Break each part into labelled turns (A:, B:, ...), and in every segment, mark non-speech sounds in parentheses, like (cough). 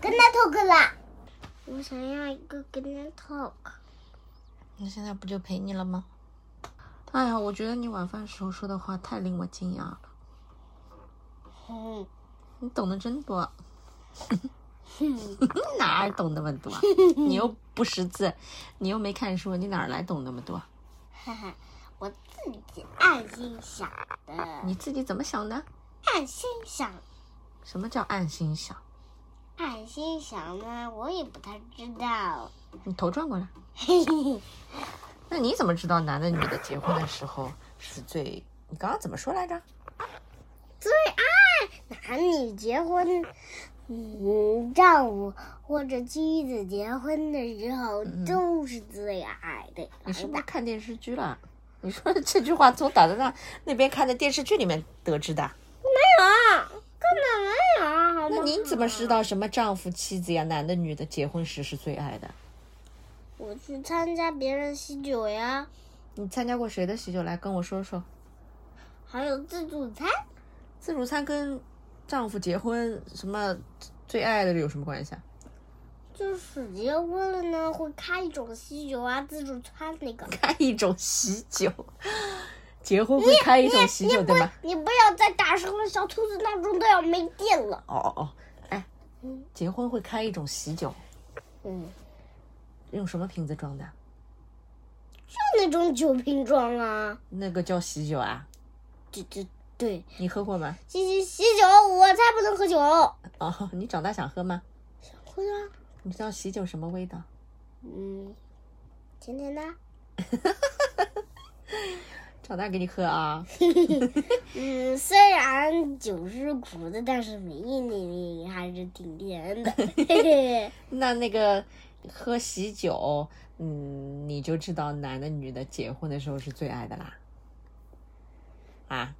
A: 他 talk 啦。我想要一个跟他 talk。
B: 那现在不就陪你了吗？哎呀，我觉得你晚饭时候说的话太令我惊讶了，
A: 嗯，
B: 你懂得真多， (laughs)
A: 哼
B: 哪儿懂那么 (laughs) 多？你又不识字，你又没看书，你哪儿来懂那么多？
A: 哈哈，我自己暗心想的，
B: 你自己怎么想的？
A: 暗心想，
B: 什么叫暗心想？
A: 暗心想呢，我也不太知道。
B: 你头转过来。
A: 嘿嘿嘿，
B: 那你怎么知道男的女的结婚的时候是最？你刚刚怎么说来着？
A: 最爱男女结婚，嗯，丈夫或者妻子结婚的时候，都是最爱的。
B: 你是不是看电视剧了？你说的这句话从打的那那边看的电视剧里面得知的。
A: 啊，根本没有，好吗
B: 那？你怎么知道什么丈夫、妻子呀、男的、女的结婚时是最爱的？
A: 我去参加别人喜酒呀，
B: 你参加过谁的喜酒？来跟我说说。
A: 还有自助餐。
B: 自助餐跟丈夫结婚什么最爱的有什么关系啊？
A: 就是结婚了呢，会开一种喜酒啊，自助餐那个。
B: (laughs) 开一种喜酒， (laughs) 结婚会开一种喜酒对吗？
A: 你不要再大声了，小兔子闹钟都要没电了。
B: 哦哦哦，哎，结婚会开一种喜酒，
A: 嗯，
B: 用什么瓶子装的？
A: 就那种酒瓶装啊。
B: 那个叫喜酒啊？
A: 对对对，
B: 你喝过吗？
A: 喜喜喜酒，我才不能喝酒。
B: 哦，你长大想喝吗？
A: 喝啊，
B: 你知道喜酒什么味道？
A: 嗯，甜甜的。
B: 长大给你喝啊！
A: 嗯，虽然酒是苦的，但是回忆里还是挺甜 (laughs) 的。嘿嘿，
B: 那那个喝喜酒，嗯，你就知道男的女的结婚的时候是最爱的啦。啊，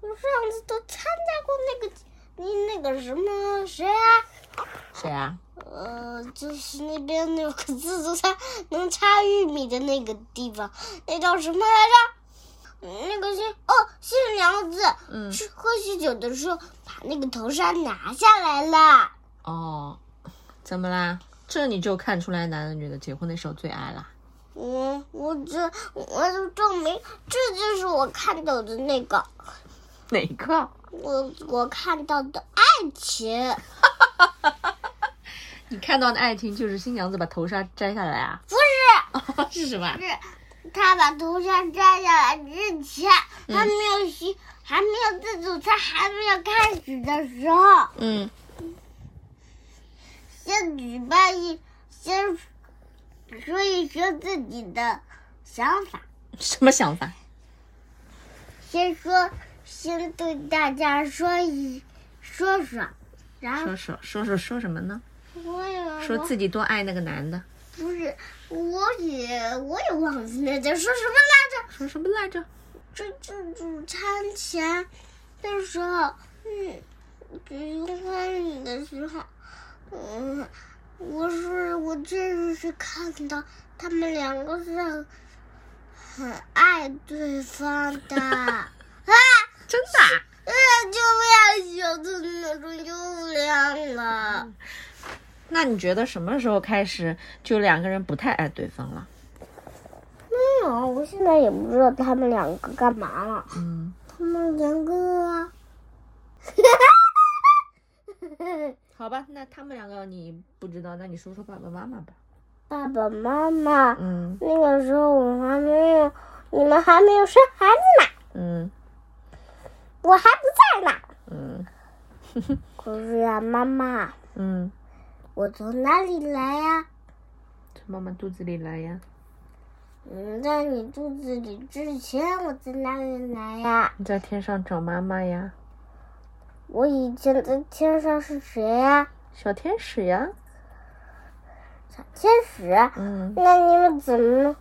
A: 我上次都参加过那个，你那个什么谁啊？
B: 谁啊？
A: 呃，就是那边那个自助餐能插玉米的那个地方，那叫什么来着？那个新哦，新娘子
B: 嗯，
A: 吃喝喜酒的时候，把那个头纱拿下来了。
B: 哦，怎么啦？这你就看出来男的女的结婚的时候最爱啦。
A: 我嗯我这我就证明，这就是我看到的那个，
B: (laughs) 哪个？
A: 我我看到的爱情，
B: 你看到的爱情就是新娘子把头纱摘下来啊？ (laughs)
A: 不是。
B: 是什么？
A: 是他把头纱摘下来之前，还没有洗，还没有自助餐还没有开始的时候，
B: 嗯，
A: 先举办一，先说一说自己的想法，
B: 什么想法？
A: 先说，先对大家说一说说，然后
B: 说说说说说什么呢？
A: 我也
B: 说自己多爱那个男的。
A: 不是，我也我也忘记了在说什么来着。
B: 说什么来着？
A: 这自助餐前的时候，嗯，举婚礼的时候，嗯，我是我真的是看到他们两个是很很爱对方的啊，
B: 真的啊、
A: 呃，就不要小兔子那种又亮了。
B: 那你觉得什么时候开始就两个人不太爱对方了？
A: 没有，啊我现在也不知道他们两个干嘛了。
B: 嗯，
A: 他们两个，
B: 好吧，那他们两个你不知道，那你说说爸爸妈妈吧。
A: 爸爸妈妈。
B: 嗯
A: 那个时候我还没有，你们还没有生孩子呢，
B: 嗯
A: 我还不在呢。
B: 嗯
A: 可是呀、妈妈，
B: 嗯，
A: 我从哪里来呀、
B: 从妈妈肚子里来呀？
A: 嗯，在你肚子里之前，我在哪里来呀、
B: 你在天上找妈妈呀？
A: 我以前在天上是谁呀、
B: 小天使呀？
A: 小天使。
B: 嗯，
A: 那你们怎么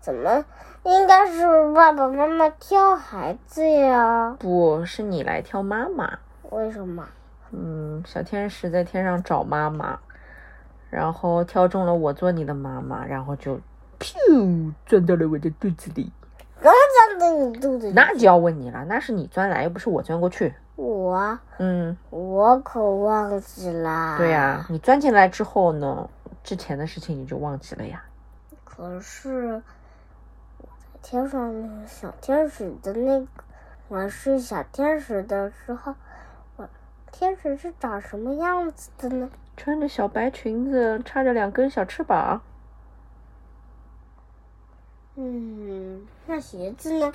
A: 怎么？应该是爸爸妈妈挑孩子呀？
B: 不是你来挑妈妈。
A: 为什么？
B: 嗯，小天使在天上找妈妈，然后挑中了我做你的妈妈，然后就，噗，钻到了我的肚子里。
A: 刚钻到你肚子里。
B: 那就要问你了，那是你钻来，又不是我钻过去。
A: 我
B: 嗯，
A: 我可忘记啦。
B: 对呀、你钻进来之后呢，之前的事情你就忘记了呀。
A: 可是我在天上那个小天使的那个，我是小天使的时候，我天使是长什么样子的呢？
B: 穿着小白裙子，插着两根小翅膀，
A: 嗯，那鞋子呢？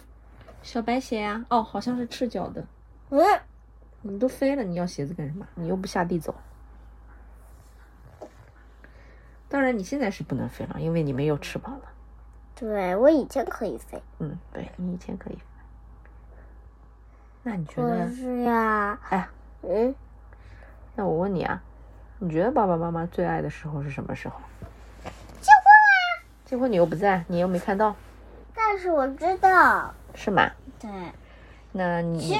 B: 小白鞋呀、哦，好像是赤脚的。
A: 嗯，
B: 你都飞了，你要鞋子干什么？你又不下地走。当然，你现在是不能飞了，因为你没有翅膀了。
A: 对我以前可以飞，
B: 嗯，对你以前可以飞。那你觉
A: 可
B: 得？
A: 是呀，
B: 哎，
A: 嗯，
B: 那我问你啊，你觉得爸爸妈妈最爱的时候是什么时候？结婚啊！结婚你又不在，你又没看到，
A: 但是我知道，
B: 是吗？
A: 对，
B: 那
A: 其
B: 你
A: 实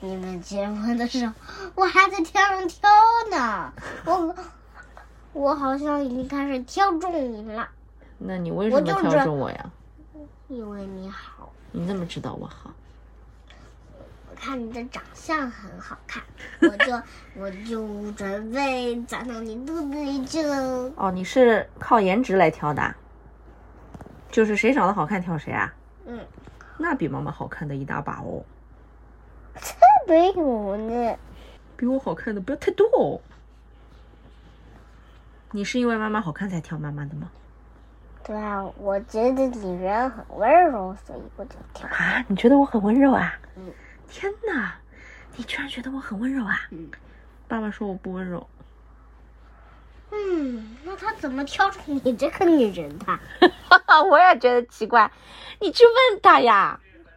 A: 你们结婚的时候，我还在天上挑呢，我我好像已经开始挑中你了，
B: 那你为
A: 我
B: 什么
A: 就
B: 挑
A: 这
B: 中我呀？
A: 因为你好。
B: 你怎么知道我好？
A: 我看你的长相很好看， (laughs) 我就我就准备钻到你肚子里去了。
B: 哦，你是靠颜值来挑的啊，就是谁长得好看挑谁啊？
A: 嗯，
B: 那比妈妈好看的一大把哦，
A: 没有呢，
B: 比我好看的不要太多哦。你是因为妈妈好看才挑妈妈的吗？
A: 对啊，我觉得你人很温柔，所以我就跳。
B: 啊，你觉得我很温柔啊？
A: 嗯
B: 天哪，你居然觉得我很温柔啊？
A: 嗯
B: 爸爸说我不温 (laughs) 柔，
A: 嗯，那他怎么挑出你这个女人的？
B: 我也觉得奇怪，你去问他呀。